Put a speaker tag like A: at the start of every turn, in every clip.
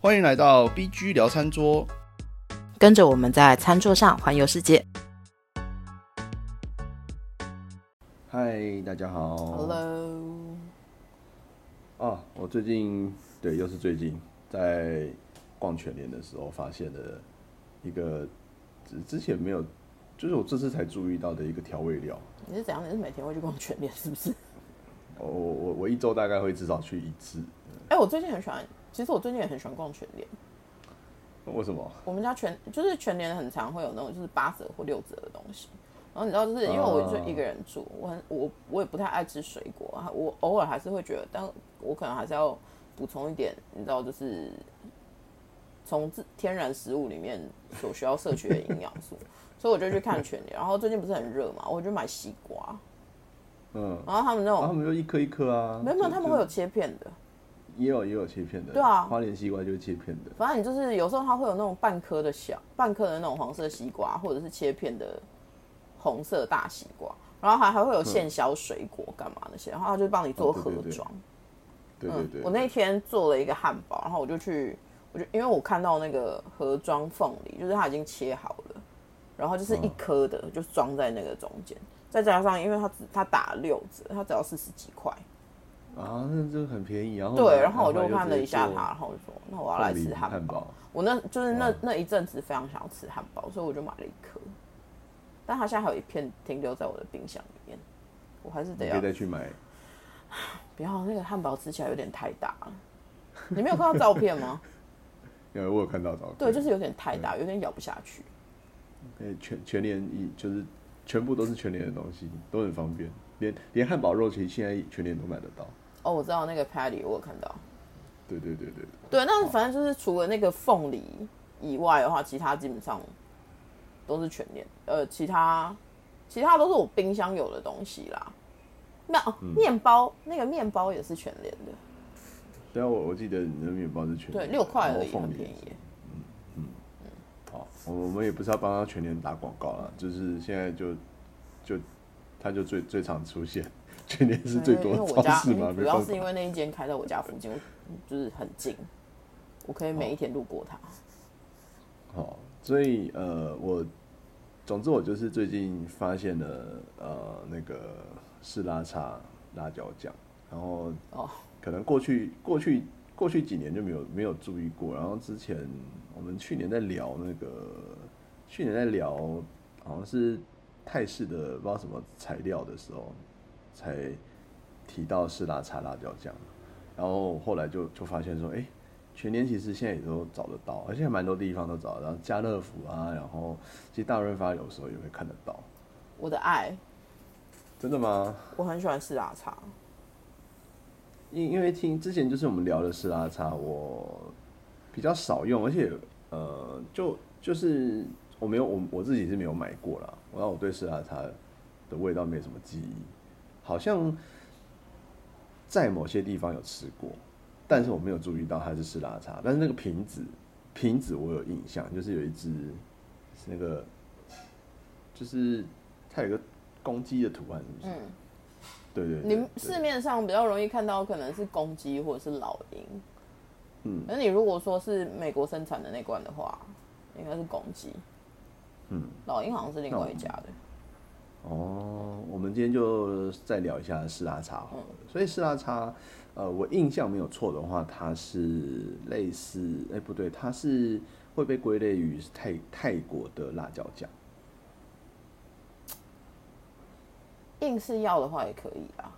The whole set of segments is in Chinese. A: 欢迎来到 BG 聊餐桌。
B: 跟着我们在餐桌上环游世界。
A: 嗨，大家好。
B: Hello，
A: 啊，我最近对，又是最近在逛全联的时候发现了一个之之前没有，就是我这次才注意到的一个调味料。
B: 你是怎样？你是每天会去逛全联是不是？
A: 我我哦我我一周大概会至少去一次。
B: 哎、我最近很喜欢，其实我最近也很喜欢逛全联。
A: 为什么？
B: 我们家全就是全联很常会有那种就是八折或六折的东西。然后你知道，就是因为我就一个人住，我很我我也不太爱吃水果，啊，我偶尔还是会觉得，但我可能还是要补充一点，你知道，就是从自天然食物里面所需要摄取的营养素，所以我就去看全联。然后最近不是很热嘛，我就买西瓜，
A: 嗯，
B: 然后他们那
A: 啊，
B: 种
A: 他们就一颗一颗啊。
B: 哦没有没有，
A: 就
B: 他们会有切片的。
A: 也有也有切片的。
B: 对啊
A: 花莲西瓜就是切片的。
B: 反正你就是有时候它会有那种半颗的小半颗的那种黄色西瓜，或者是切片的红色大西瓜，然后还还会有现削水果干嘛那些，然后它就帮你做
A: 嗯哦
B: 盒
A: 对对对
B: 装。
A: 对对对。
B: 嗯我那天做了一个汉堡，然后我就去，我就因为我看到那个盒装凤梨，就是它已经切好了，然后
A: 嗯
B: 就是一颗的，就装在那个中间，再加上因为它只它打六折，它只要四十几块，
A: 啊，那就很便宜。然后
B: 对，
A: 买
B: 然后我就
A: 买
B: 看了一下它，
A: 它
B: 然后我就说，那我要来吃汉
A: 汉
B: 堡。
A: 堡。
B: 我那就是那
A: 哇
B: 那一阵子非常想要吃汉堡，所以我就买了一颗，但它现在还有一片停留在我的冰箱里面，我还是得
A: 你
B: 要
A: 可以再去买。
B: 不要那个汉堡吃起来有点太大了。你没有看到照片吗？
A: 因为我有看到照片。
B: 对，就是有点太
A: 嗯
B: 大，有点咬不下去。
A: 诶全全联一就是全部都是全联的东西，都很方便，连连汉堡肉其实现在全联都买得到。
B: 哦，我知道那个 patty 我有看到。
A: 对对对对，
B: 对，那反正就是除了那个凤梨以外的话，其他基本上都是全年，呃，其他其他都是我冰箱有的东西啦。那哦，
A: 嗯
B: 面包那个面包也是全联的，
A: 对啊，我我记得你的面包是全
B: 对，
A: 联
B: 六块而已，
A: 然后
B: 很
A: 凤梨
B: 便宜耶。
A: 好，我我们也不是要帮他全联打广告啦，就是现在就就他就最最常出现，全联是最多
B: 因为
A: 的
B: 我
A: 超
B: 家嗯
A: 市嘛，
B: 主
A: 没
B: 要
A: 办
B: 是因
A: 法。
B: 为那一间开在我家附近，就是很近，我可以每一天路过它。
A: 嗯好，所以呃，我总之我就是最近发现了呃那个是拉茶辣椒酱，然后
B: 哦，
A: 可能过去过去过去几年就没有没有注意过，然后之前我们去年在聊那个，去年在聊好像是泰式的不知道什么材料的时候，才提到是拉茶辣椒酱，然后后来就就发现说，哎、全年其实现在也都找得到，而且蛮多地方都找得到，家乐福啊，然后其实大润发有时候也会看得到，
B: 我的爱，
A: 真的吗？
B: 我很喜欢吃拉茶。
A: 因因为听之前就是我们聊的是拉茶，我比较少用，而且呃，就就是我没有我我自己是没有买过啦，然后我对是拉茶的味道没什么记忆，好像在某些地方有吃过，但是我没有注意到它是是拉茶，但是那个瓶子瓶子我有印象，就是有一只是那个就是它有一个公鸡的图案，是不是？
B: 嗯
A: 对对对
B: 你
A: 对
B: 市面上比较容易看到可能是公鸡或者是老鹰，
A: 嗯
B: 那你如果说是美国生产的那罐的话，应该是公鸡，
A: 嗯。
B: 老鹰好像是另外一家的。
A: 哦，我们今天就再聊一下四大茶好
B: 嗯
A: 了。所以四大茶，呃，我印象没有错的话，它是类似，哎、不对，它是会被归类于泰泰国的辣椒酱。
B: 硬是要的话也可以啊，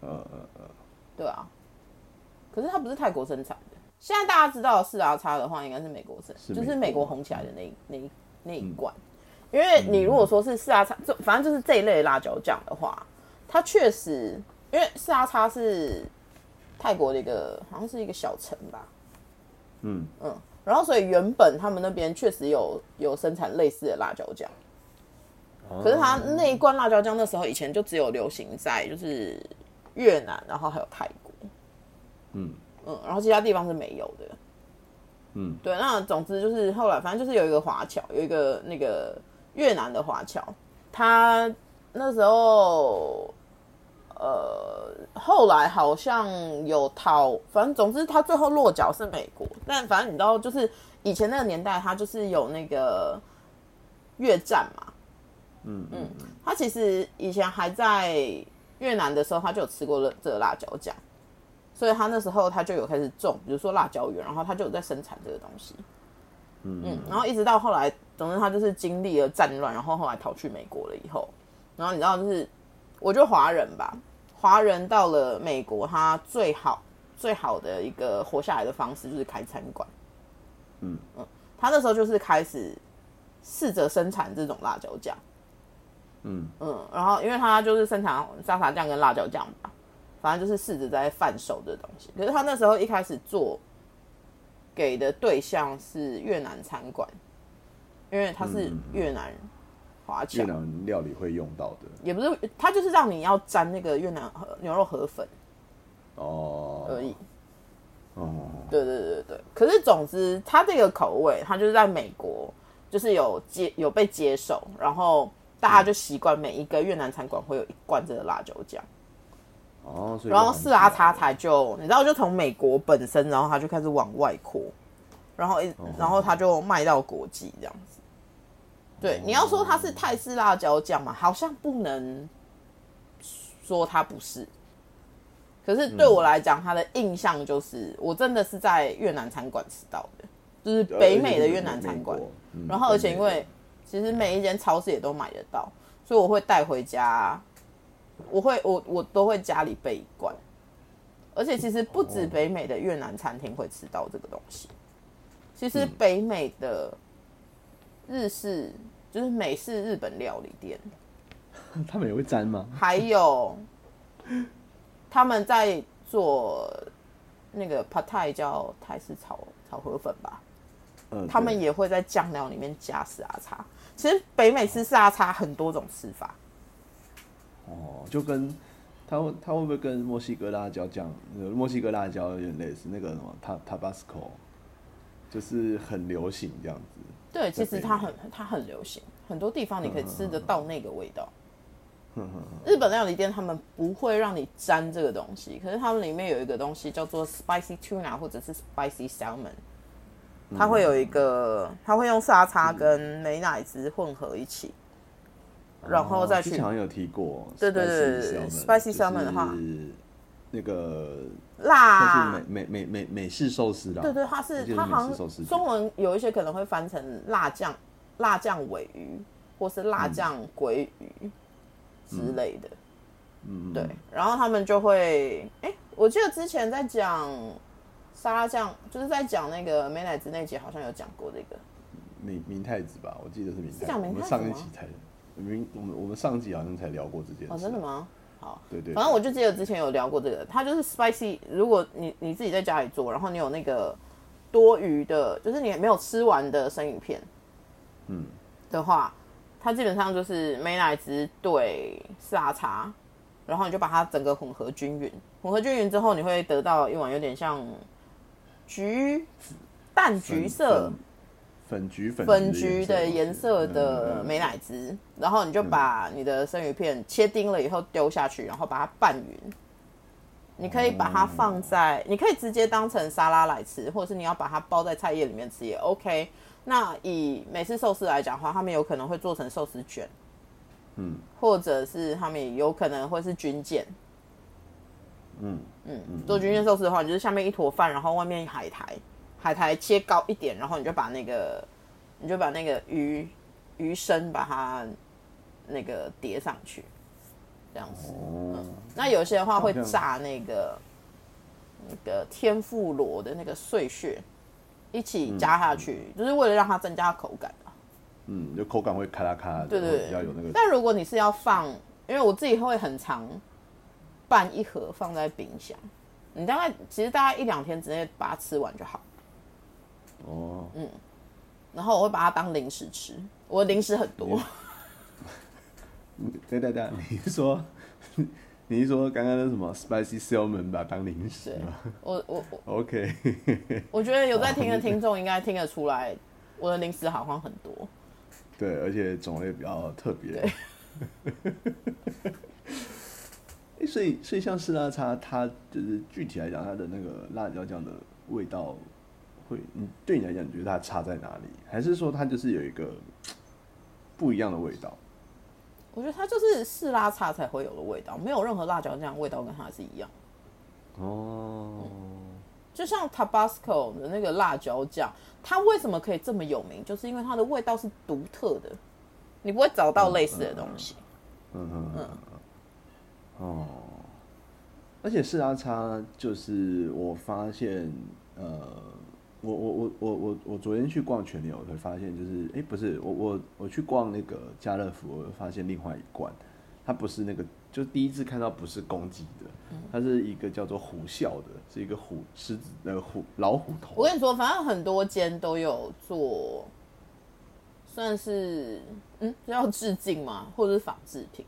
A: 呃呃呃，
B: 对啊。可是它不是泰国生产的，现在大家知道的四 R 叉的话，应该是美国生，
A: 是
B: 就是
A: 美
B: 美
A: 国嗯
B: 国红起来的那一那一那一罐。因为你如果说是四 R 叉，就反正就是这一类辣椒酱的话，它确实，因为四 R 叉是泰国的一个，好像是一个小城吧，
A: 嗯，
B: 嗯，然后所以原本他们那边确实有有生产类似的辣椒酱，
A: 哦呃
B: 可是它那一罐辣椒酱那时候以前就只有流行在就是越南，然后还有泰国，
A: 嗯
B: 嗯，然后其他地方是没有的。
A: 嗯，
B: 对，那总之就是后来，反正就是有一个华侨，有一个那个越南的华侨，他那时候呃，后来好像有讨，反正总之他最后落脚是美国，但反正你知道，就是以前那个年代，他就是有那个越战嘛，
A: 嗯嗯，
B: 他其实以前还在越南的时候，他就有吃过这个辣椒酱，所以他那时候他就有开始种，比如说辣椒园，然后他就有在生产这个东西。嗯然后一直到后来，总之他就是经历了战乱，然后后来逃去美国了以后，然后你知道就是，我觉得华人吧，华人到了美国，他最好最好的一个活下来的方式就是开餐馆。
A: 嗯
B: 嗯，他那时候就是开始试着生产这种辣椒酱。
A: 嗯
B: 嗯，然后因为他就是生产沙茶酱跟辣椒酱吧，反正就是试着在贩售这东西。可是他那时候一开始做给的对象是越南餐馆，因为他是越南华侨
A: 嗯越，南料理会用到的
B: 也不是他就是让你要沾那个越南河牛肉河粉
A: 哦
B: 而已。
A: 哦，
B: 对对对对，可是总之，它这个口味，它就是在美国就是有接有被接受，然后大家就习惯每一个越南餐馆会有一罐这个辣椒酱。
A: 哦，所以
B: 然后
A: 就很
B: 四阿
A: 小
B: 茶才就你知道，就从美国本身，然后他就开始往外扩，然后
A: 嗯
B: 一然后他就卖到国际这样子。对，你要说它
A: 哦
B: 是泰式辣椒酱嘛，好像不能说它不是。可是对
A: 嗯
B: 我来讲，它的印象就是我真的是在越南餐馆吃到的，就是
A: 呃
B: 北美的
A: 就是
B: 越南餐馆
A: 美。国嗯
B: 然后而且因
A: 北美
B: 为
A: 的
B: 其实每一间超市也都买得到，所以我会带回家，我会我我都会家里备一罐。而且其实不止
A: 哦
B: 北美的越南餐厅会吃到这个东西，其
A: 嗯
B: 实北美的日式就是美式日本料理店，
A: 他们也会沾吗？
B: 还有他们在做那个 p a t a i 叫泰式炒炒河粉吧，
A: 嗯，
B: 他们
A: 对
B: 也会在酱料里面加沙茶。其实北美吃沙茶很多种吃法，
A: 哦，就跟他会他会不会跟墨西哥辣椒酱，呃墨西哥辣椒有点类似，那个什么塔 Tabasco，就是很流行这样子。
B: 对，其实它
A: 北
B: 很它很流行，很多地方你可以吃得到那个味道。日本料理店他们不会让你沾这个东西，可是他们里面有一个东西叫做 spicy tuna 或者是 spicy salmon，它会有一个，它会用沙茶跟美乃滋混合一起，然后再
A: 哦之
B: 去
A: 前好像有提过，
B: 对对对对 spicy salmon 的话，
A: 那个
B: 辣
A: 它是美美美美美式寿司啦，
B: 啊对对，它是
A: 我记得
B: 它好
A: 美式寿司
B: 像
A: 店
B: 中文有一些可能会翻成辣酱、辣酱尾鱼，或是
A: 嗯
B: 辣酱鲑鱼之类的。
A: 嗯嗯
B: 对，然后他们就会，哎，我记得之前在讲沙拉酱，就是在讲那个美乃滋那集，好像有讲过这个。
A: 明明太子吧，我记得是明太
B: 是讲明
A: 我们
B: 太子
A: 上一
B: 吗
A: 集才明我们我们上集好像才聊过这件事，啊
B: 哦，真的？吗？好，
A: 对对
B: 反正我就记得之前有聊过这个，它就是 spicy。如果你你自己在家里做，然后你有那个多余的，就是你没有吃完的生鱼片，
A: 嗯，
B: 的话，它基本上就是美乃滋兑沙茶，然后你就把它整个混合均匀。混合均匀之后，你会得到一碗有点像橘淡橘色、
A: 粉粉橘粉
B: 粉橘的颜色
A: 嗯嗯
B: 的
A: 嗯
B: 美乃滋，然后你就把你的生鱼片切丁了以后丢下去，然后把它拌匀。你可以把它放在，你可以直接当成沙拉来吃，或者是你要把它包在菜叶里面吃也 OK。那以美式寿司来讲的话，他们有可能会做成寿司卷，
A: 嗯，
B: 或者是他们也有可能会是军舰，
A: 嗯
B: 做军舰寿司的话，你就是下面一坨饭，然后外面海苔，海苔切高一点，然后你就把那个，你就把那个鱼鱼身把它那个叠上去，这样子。
A: 哦，
B: 那有些的话会
A: 好像
B: 炸那个那个天妇罗的那个碎屑，一起加下去，就是为了让它增加口感吧。
A: 嗯，就口感会咔啦咔啦的，
B: 对对
A: 会比较有那个，
B: 但如果你是要放，因为我自己会很常拌一盒放在冰箱，你大概其实大概一两天之内把它吃完就好。
A: 哦，
B: 嗯然后我会把它当零食吃，我的零食很多。
A: 嗯对对对，你是说 你是说刚刚那什么 spicy salmon 把它当零食
B: 对
A: 吗，
B: 我我我
A: ？OK，
B: 我觉得有在听的听众应该听得出来，我的零食好像很多。
A: 对，而且种类比较特别。 诶所以所以像是辣叉，它就是具体来讲，它的那个辣椒酱的味道会，你对你来讲，你觉得它差在哪里？还是说它就是有一个不一样的味道？
B: 我觉得它就是是拉茶才会有的味道，没有任何辣椒酱味道跟它是一样。
A: 哦，
B: 嗯就像 Tabasco 的那个辣椒酱，它为什么可以这么有名？就是因为它的味道是独特的，你不会找到类似的东西。
A: 嗯嗯嗯，哦，而且是拉叉，就是我发现，呃，我我我我我我昨天去逛全联，我才发现就是，诶，不是，我我我去逛那个家乐福，我发现另外一罐，它不是那个，就第一次看到不是公鸡的，
B: 嗯
A: 它是一个叫做虎啸的，是一个虎狮子呃虎老虎头，
B: 我跟你说，反正很多间都有做，算是嗯，要致敬嘛，或者是仿制品。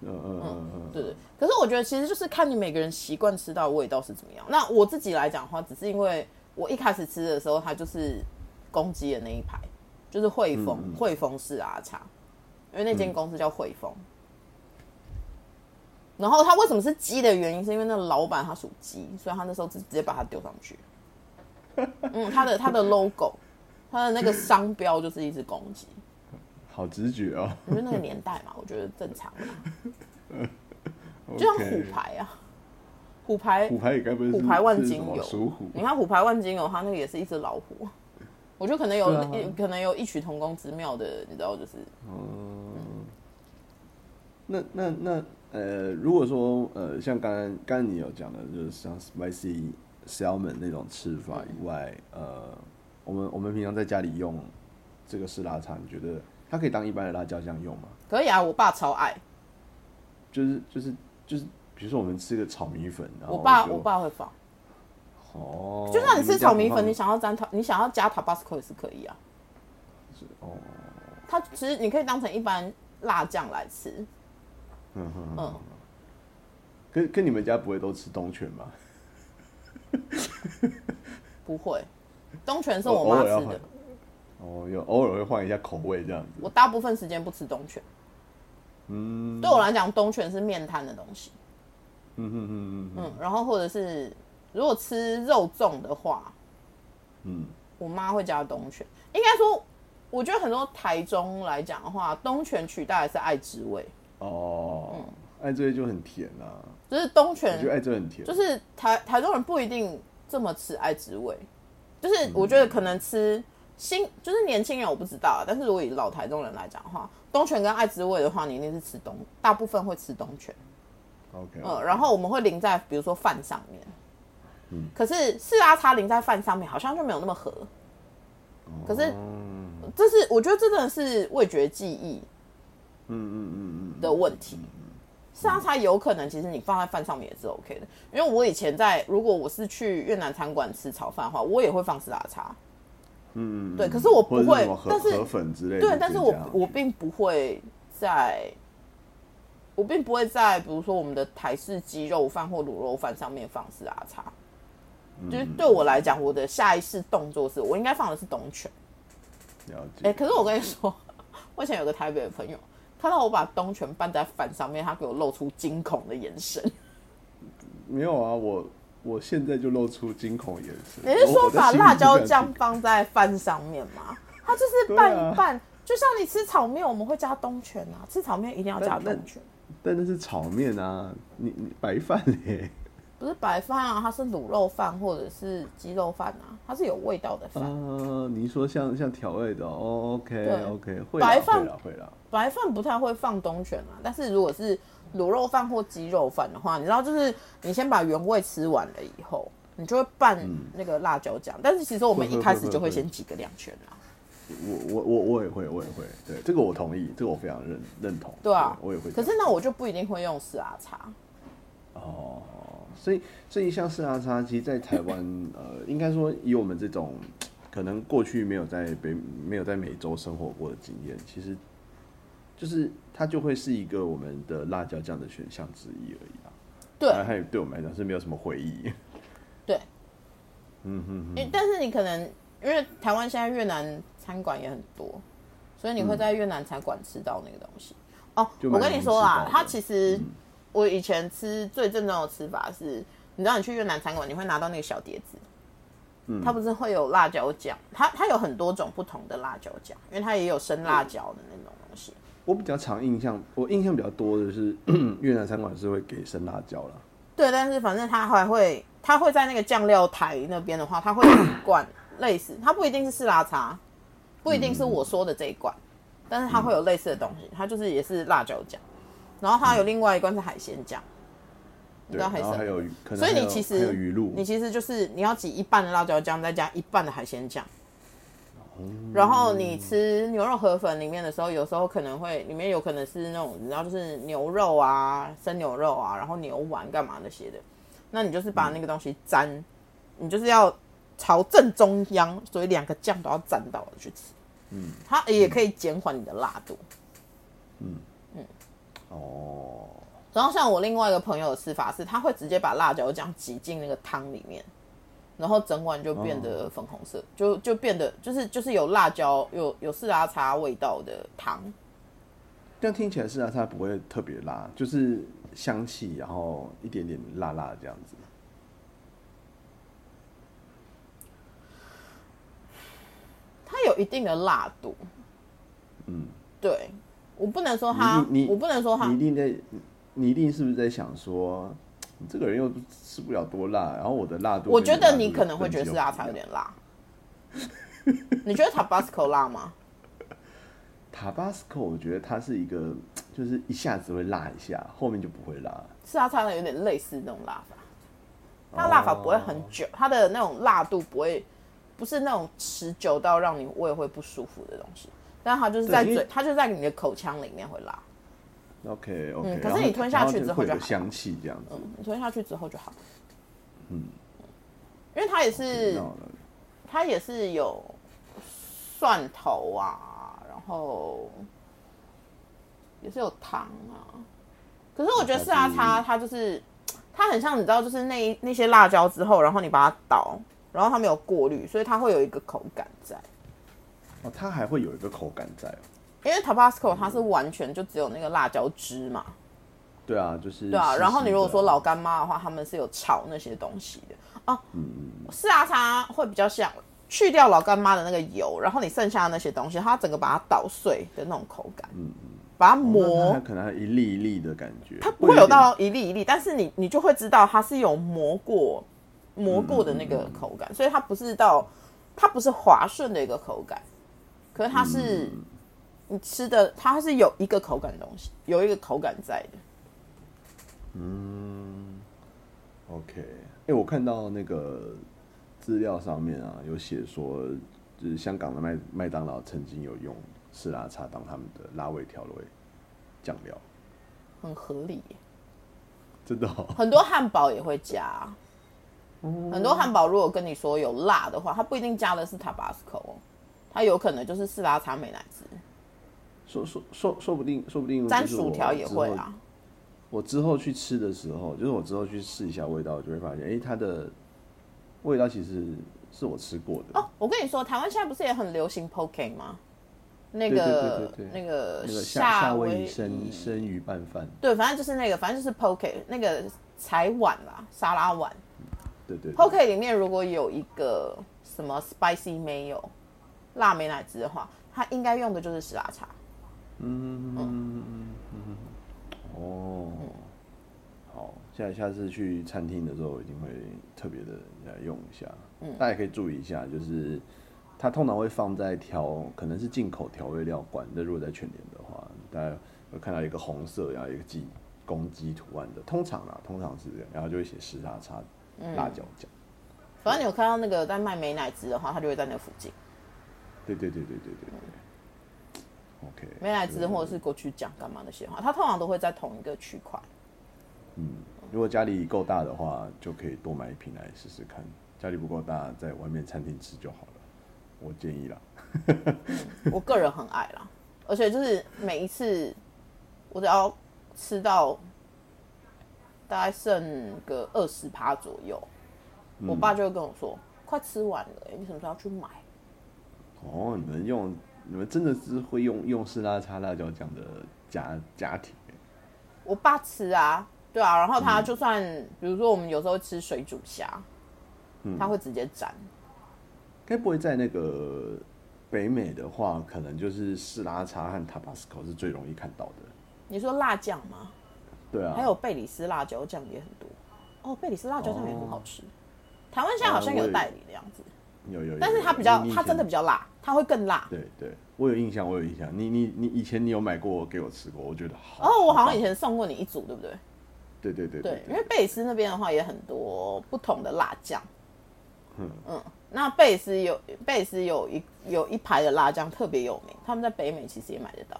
A: 嗯嗯嗯嗯，
B: 对对。可是我觉得其实就是看你每个人习惯吃到的味道是怎么样。那我自己来讲的话，只是因为我一开始吃的时候，它就是公鸡的那一排，就是汇丰，汇丰是阿茶，因为那间公司叫汇丰。然后它为什么是鸡的原因，是因为那个老板他属鸡，所以他那时候直直接把它丢上去。嗯，它的它的 logo，它的那个商标就是一只公鸡。
A: 好直觉哦，
B: 我觉得那个年代嘛，我觉得正常啦。 就像虎
A: OK
B: 牌啊，虎牌
A: 虎牌也该不是
B: 虎牌万
A: 是
B: 金
A: 什么
B: 油，
A: 属虎，
B: 你看虎牌万金油，它那个也是一只老虎，我觉得可能有、
A: 对啊
B: 一可能有异曲同工之妙的，你知道就是
A: 那那那呃，如果说呃，像刚刚刚刚你有讲的，就是像 spicy salmon 那种吃法以外，呃，我们我们平常在家里用这个是拉茶，你觉得它可以当一般的辣椒酱用吗？
B: 可以啊，我爸超爱，
A: 就是就是就是，比如说我们吃个炒米粉，然后
B: 我爸
A: 就
B: 我爸会放，
A: 哦，
B: 就像你吃炒米粉，
A: 们
B: 你
A: 哦家
B: 想要沾塔，你想要加 Tabasco 也是可以啊，
A: 不放哦，
B: 它其实你可以当成一般辣酱来吃，
A: 嗯哼
B: 嗯
A: 嗯，跟跟你们家不会都吃冬卷吗？
B: 不会，东泉是
A: 偶
B: 我妈
A: 偶尔要
B: 吃的
A: 换，哦，有偶尔会换一下口味这样子，
B: 我大部分时间不吃东泉，
A: 嗯
B: 对我来讲东泉是面摊的东西。
A: 嗯哼嗯嗯嗯
B: 嗯，然后或者是如果吃肉粽的话，
A: 嗯。
B: 我妈会加东泉。应该说，我觉得很多台中来讲的话，东泉取代的是爱之味，嗯
A: 哦，爱之味就很甜啊啦、
B: 就是东
A: 我觉得
B: 泉，
A: 爱之味很甜，
B: 就是台台中人不一定这么吃爱之味，
A: 嗯
B: 就是我觉得可能吃新，就是年轻人我不知道啊，但是如果以老台中人来讲的话，东泉跟爱之味的话，你一定是吃东，大部分会吃东泉。
A: OK，
B: 嗯，然后我们会淋在比如说饭上面。
A: 嗯
B: 可是四拉叉淋在饭上面好像就没有那么合。可是
A: 嗯
B: 这是我觉得这真的是味觉记忆
A: 嗯嗯嗯嗯，
B: 的问题。四拉叉有可能其实你放在饭上面也是 OK 的，因为我以前在如果我是去越南餐馆吃炒饭的话，我也会放四拉叉。
A: 嗯嗯
B: 对可是我不
A: 或者
B: 会
A: 什么河
B: 但是
A: 河粉之类的，
B: 对，但是我
A: 直接这样
B: 我并不会在，我并不会在比如说我们的台式鸡肉饭或卤肉饭上面放四拉叉。就是对我来讲，我的下意识动作是我应该放的是东泉。
A: 了解，
B: 哎、可是我跟你说，我以前有个台北的朋友，看到我把东泉拌在饭上面，他给我露出惊恐的眼神。
A: 没有啊，我我现在就露出惊恐眼神，
B: 你是说
A: 哦我
B: 把辣椒酱？
A: 我在心里就
B: 放在饭上面吗？它就是
A: 对
B: 拌
A: 啊
B: 一拌，就像你吃炒面，我们会加东泉啊，吃炒面一定要加
A: 但但
B: 东泉，
A: 想但那是炒面啊，你你白饭嘞、
B: 不是白饭啊，它是卤肉饭或者是鸡肉饭啊，它是有味道的饭。
A: 啊，你说像像调味的哦，OK
B: 对
A: OK，会
B: 白
A: 啦
B: 饭
A: 会啦会啦，
B: 白饭不太会放东泉啊，但是如果是卤肉饭或鸡肉饭的话，你知道，就是你先把原味吃完了以后，你就会拌那个辣椒酱。但是其实我们一开始就嗯会先挤个两圈啊啦。
A: 我我我我也会我也会，对这个我同意，这个我非常认认同，
B: 对啊，
A: 我也会这样。
B: 可是那我就不一定会用四阿茶，
A: 哦，所以所以像四拉叉，其实，在台 湾，呃，应该说以我们这种可能过去没有在北没有在美洲生活过的经验，其实就是它就会是一个我们的辣椒酱的选项之一而已啊。
B: 对
A: 那它也对我们来讲是没有什么回忆。
B: 对，
A: 嗯哼，
B: 因为但是你可能因为台湾现在越南餐馆也很多，所以你会在越南餐馆吃到那个东西。哦，
A: 嗯就
B: 我
A: 蛮
B: 跟
A: 容
B: 你
A: 易
B: 说
A: 吃
B: 啦
A: 到，的嗯
B: 它其实我以前吃最正宗的吃法是，你知道你去越南餐馆，你会拿到那个小碟子，
A: 嗯
B: 它不是会有辣椒酱，它它有很多种不同的辣椒酱，因为它也有生辣椒的那种东西。
A: 我比较常印象，我印象比较多的是嗯越南餐馆是会给生辣椒啦。
B: 对，但是反正它还会，它会在那个酱料台那边的话，它会有一罐类似，它不一定是四拉茶，不一定是我说的这一罐，但是它会有类似的东西，它就是也是辣椒酱，然后它有另外一罐是海鲜酱，你
A: 对，
B: 知
A: 然
B: 道海
A: 后还
B: 鲜。
A: 有鱼可能
B: 所以
A: 还
B: 你
A: 有
B: 其
A: 还
B: 实
A: 有鱼露，
B: 你其实就是你要挤一半的辣椒酱，再加一半的海鲜酱。
A: 哦
B: 然后你吃牛肉河粉里面的时候，有时候可能会里面有可能是那种你知道就是牛肉啊、生牛肉啊，然后牛丸干嘛那些的，那你就是
A: 嗯
B: 把那个东西沾，你就是要朝正中央，所以两个酱都要沾到了去吃。嗯，它也可以减缓你的辣度。
A: 哦，
B: 然后像我另外一个朋友的吃法是，他会直接把辣椒酱挤进那个汤里面，然后整碗就变
A: 哦
B: 得粉红色，就就变得就是就是有辣椒有有四拉茶味道的汤。
A: 这样听起来是啊，它不会特别辣，就是香气，然后一点点辣辣这样子。
B: 它有一定的辣度。嗯，对，我不能说它
A: 嗯你你，
B: 哦啊我不能说
A: 你
B: 它
A: 一，定在，你一定是不是在想说，你这个人又吃不了多辣，然后我的辣度跟
B: 我
A: 你的辣
B: 觉
A: 度等级又不一样，
B: 得你可能会觉得四拉茶有点辣。 你觉得 Tabasco 辣吗？
A: Tabasco，我觉得它是一个，就是一下子会辣一下，后面就不会辣。
B: 四拉茶有点类似那种辣法，它辣法不会很久，它的那种辣度不会，不是那种持久到让你胃会不舒服的东西，但它就是在
A: 对因为
B: 嘴，它就在你的口腔里面会辣。
A: OK
B: 嗯
A: OK，、
B: 可
A: 然
B: 是
A: 后
B: 你吞下去
A: 然
B: 之后
A: 会
B: 就
A: 有
B: 好
A: 香气这样子。
B: 嗯，你吞下去之后就好。嗯，因为它也是
A: 那好了
B: 它也是有蒜头啊，然后也是有糖啊。可是我觉得四阿叉它就是它很像你知道，就是那一那些辣椒之后，然后你把它倒，然后它没有过滤，所以它会有一个口感在。
A: 哦，它还会有一个口感在哦。
B: 因为 Tabasco 它是完全就只有那个辣椒汁嘛，
A: 对啊，就是
B: 对啊。
A: 湿
B: 然后你
A: 湿
B: 如果
A: 的
B: 说老干妈的话，他们是有炒那些东西的哦。
A: 嗯
B: 四阿叉啊会比较像去掉老干妈的那个油，然后你剩下的那些东西，它整个把它捣碎的那种口感，
A: 嗯
B: 把它
A: 哦那
B: 磨
A: 它，可能还一粒一粒的感觉，
B: 它不会有到一粒一粒，但是你你就会知道它是有磨过磨过的那个口感，所以它不是到它不是滑顺的一个口感，可是它是、
A: 嗯
B: 你吃的它是有一个口感的东西，有一个口感在的。
A: OK，哎、我看到那个资料上面啊，有写说，就是香港的麦麦当劳曾经有用色拉茶当他们的辣味调味酱料，
B: 很合理耶，
A: 真的、 哦，
B: 很多汉堡也会加，
A: 嗯
B: 很多汉堡如果跟你说有辣的话，它不一定加的是 Tabasco，哦它有可能就是四拉茶美乃滋，
A: 说说说说不定，说不定
B: 沾
A: 就是我
B: 薯条也
A: 之
B: 会
A: 后
B: 啊。
A: 我之后去吃的时候，就是我之后去试一下味道，就会发现，哎、它的味道其实是我吃过的。
B: 哦，我跟你说，台湾现在不是也很流行 poke 吗？那
A: 对
B: 个
A: 对对对对
B: 那个
A: 那个夏
B: 夏
A: 威
B: 威
A: 夷生生鱼拌饭，
B: 对，反正就是那个，反正就是 poke 那个柴碗啦，沙拉碗。
A: 对对对
B: poke 里面如果有一个什么 spicy mayo 辣美乃滋的话，它应该用的就是石拉茶。
A: 嗯哦，好，下下次去餐厅的时候，我一定会特别的来用一下。嗯，大家也可以注意一下，就是它通常会放在调，可能是进口调味料罐。那如果在全联的话，大家会看到一个红色，然后一个鸡公鸡图案的，通常啊，通常是这样，然后就会写湿叉叉辣椒酱。
B: 反正你有看到那个在卖美乃滋的话，它就会在那附近。
A: 对对对对对对对。OK，
B: 美乃滋
A: 就是
B: 或者是过去讲干嘛那些话，它通常都会在同一个区块。
A: 如果家里够大的话，就可以多买一瓶来试试看。家里不够大，在外面餐厅吃就好了。我建议啦。
B: 我个人很爱啦，而且就是每一次我只要吃到大概剩个二十趴左右，我爸就会跟我说：“快吃完了、你什么时候要去买
A: 哦，你们用，你们真的是会用用是拉叉辣椒酱的家家庭欸、？”
B: 我爸吃啊，对啊，然后它就算、比如说我们有时候吃水煮虾，它会直接斩，
A: 该不会在那个北美的话，可能就是士拉茶和塔巴斯 o 是最容易看到的。
B: 你说辣酱吗？
A: 对啊，
B: 还有贝里斯辣椒酱也很多。哦，贝里斯辣椒酱也很
A: 哦
B: 好吃。台湾现在好像有代理的样子，
A: 有有有，
B: 但是它比
A: 有
B: 较
A: 你以，前
B: 它真的比较辣，它会更辣。
A: 对对，我有印象，我有印象。你你你以前你有买过给我吃过，我觉得好。
B: 哦，我好像
A: 棒
B: 以。前送过你一组，对不对？
A: 对对对
B: 对，因
A: 对
B: 为贝里斯那边的话也很多不同的辣酱。嗯，那贝里斯有贝里斯有一有一排的辣酱特别有名，他们在北美其实也买得到，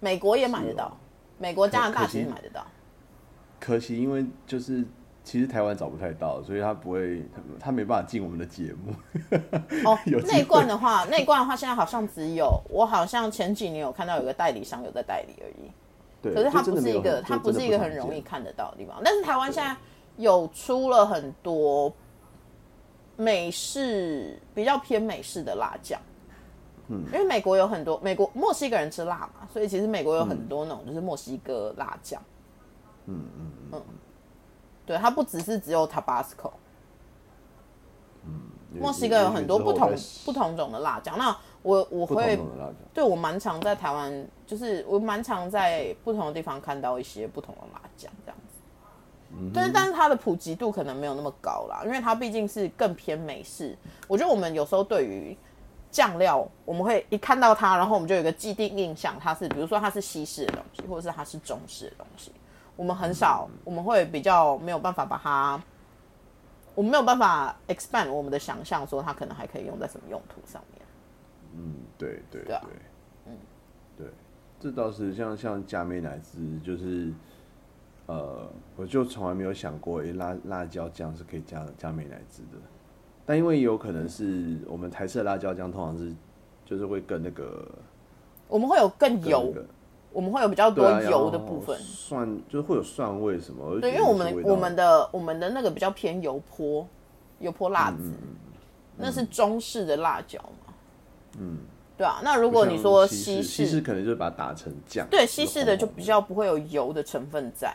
B: 美国也买得到，
A: 是哦
B: 美国、加拿
A: 可
B: 大
A: 可惜
B: 其实买得到。
A: 可惜因为就是其实台湾找不太到，所以他不会，他他没办法进我们的节 目。
B: 哦，
A: 有机会
B: 内罐的话，内罐的话现在好像只有我好像前几年有看到有个代理商有在代理而已，
A: 对，
B: 可是它
A: 就真
B: 不
A: 的
B: 是
A: 没有
B: 一个
A: 很
B: 它
A: 就真
B: 不
A: 的
B: 是一个
A: 常
B: 很容
A: 见
B: 易看得到的地方，但是台湾现在有出了很多美式比较偏美式的辣酱。嗯，因为美国有很多美国墨西哥人吃辣嘛，所以其实美国有
A: 嗯
B: 很多那种就是墨西哥辣酱。嗯嗯
A: 嗯
B: 嗯，对，它不只是只有 Tabasco，墨西哥有很多不同不同种的辣酱。那我我
A: 不同
B: 会
A: 种的辣椒。
B: 对我蛮常在台湾，就是我蛮常在不同的地方看到一些不同的麻将这样子。但是但是它的普及度可能没有那么高啦，因为它毕竟是更偏美式。我觉得我们有时候对于酱料，我们会一看到它，然后我们就有一个既定印象，它是比如说它是西式的东西，或者是它是中式的东西。我们很少，我们会比较没有办法把它，我们没有办法 expand 我们的想象，说它可能还可以用在什么用途上面。
A: 嗯，对对
B: 对啊
A: 对，这倒是像像加美乃滋，就是呃，我就从来没有想过，诶、辣辣椒酱是可以加加美乃滋的，但因为有可能是我们台式的辣椒酱通常是就是会跟那个
B: 我们会有更
A: 跟
B: 油
A: 那个
B: 我们会有比较
A: 对
B: 多
A: 啊然
B: 油的
A: 后
B: 部分。
A: 蒜就是会有蒜味什么，
B: 对，因为
A: 就
B: 我
A: 觉得
B: 们
A: 味道
B: 我们的我们的那个比较偏油泼，油泼辣子，
A: 嗯
B: 那是中式的辣椒嘛。嗯，对啊。那如
A: 不
B: 果
A: 像
B: 你说
A: 西
B: 西
A: 西式可能就是把它打成酱，
B: 对西式的就
A: 红红嗯
B: 比较不会有油的成分在，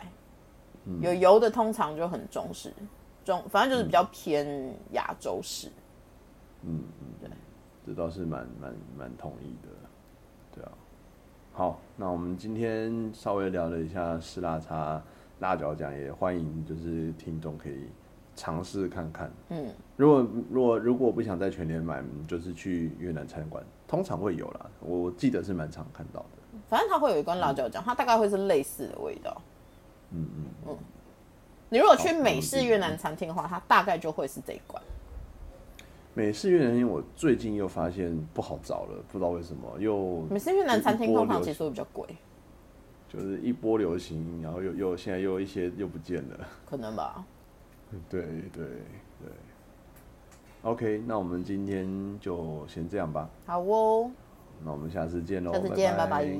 B: 有油的通常就很中式，中反正就是比较偏亚洲式。
A: 这倒是蛮蛮蛮同意的，对啊。好，那我们今天稍微聊了一下湿辣茶辣椒酱，也欢迎就是听众可以尝试看看。
B: 嗯，
A: 如果如果如果不想在全联买，就是去越南餐馆，通常会有啦，我我记得是蛮常看到的。
B: 反正它会有一罐辣椒酱，它大概会是类似的味道。嗯嗯你如果去
A: 好
B: 美式越南餐厅的话，它大概就会是这一罐。
A: 美式越南餐厅我最近又发现不好找了，不知道为什么又
B: 美式越南餐厅
A: 一波
B: 通常
A: 流
B: 其实会比较贵，
A: 就是一波流行，然后又又现在又一些又不见了。
B: 可能吧。
A: 对对对，OK，那我们今天就先这样吧，
B: 好哦，
A: 那我们下次见喽，
B: 下次见，拜
A: 拜
B: 拜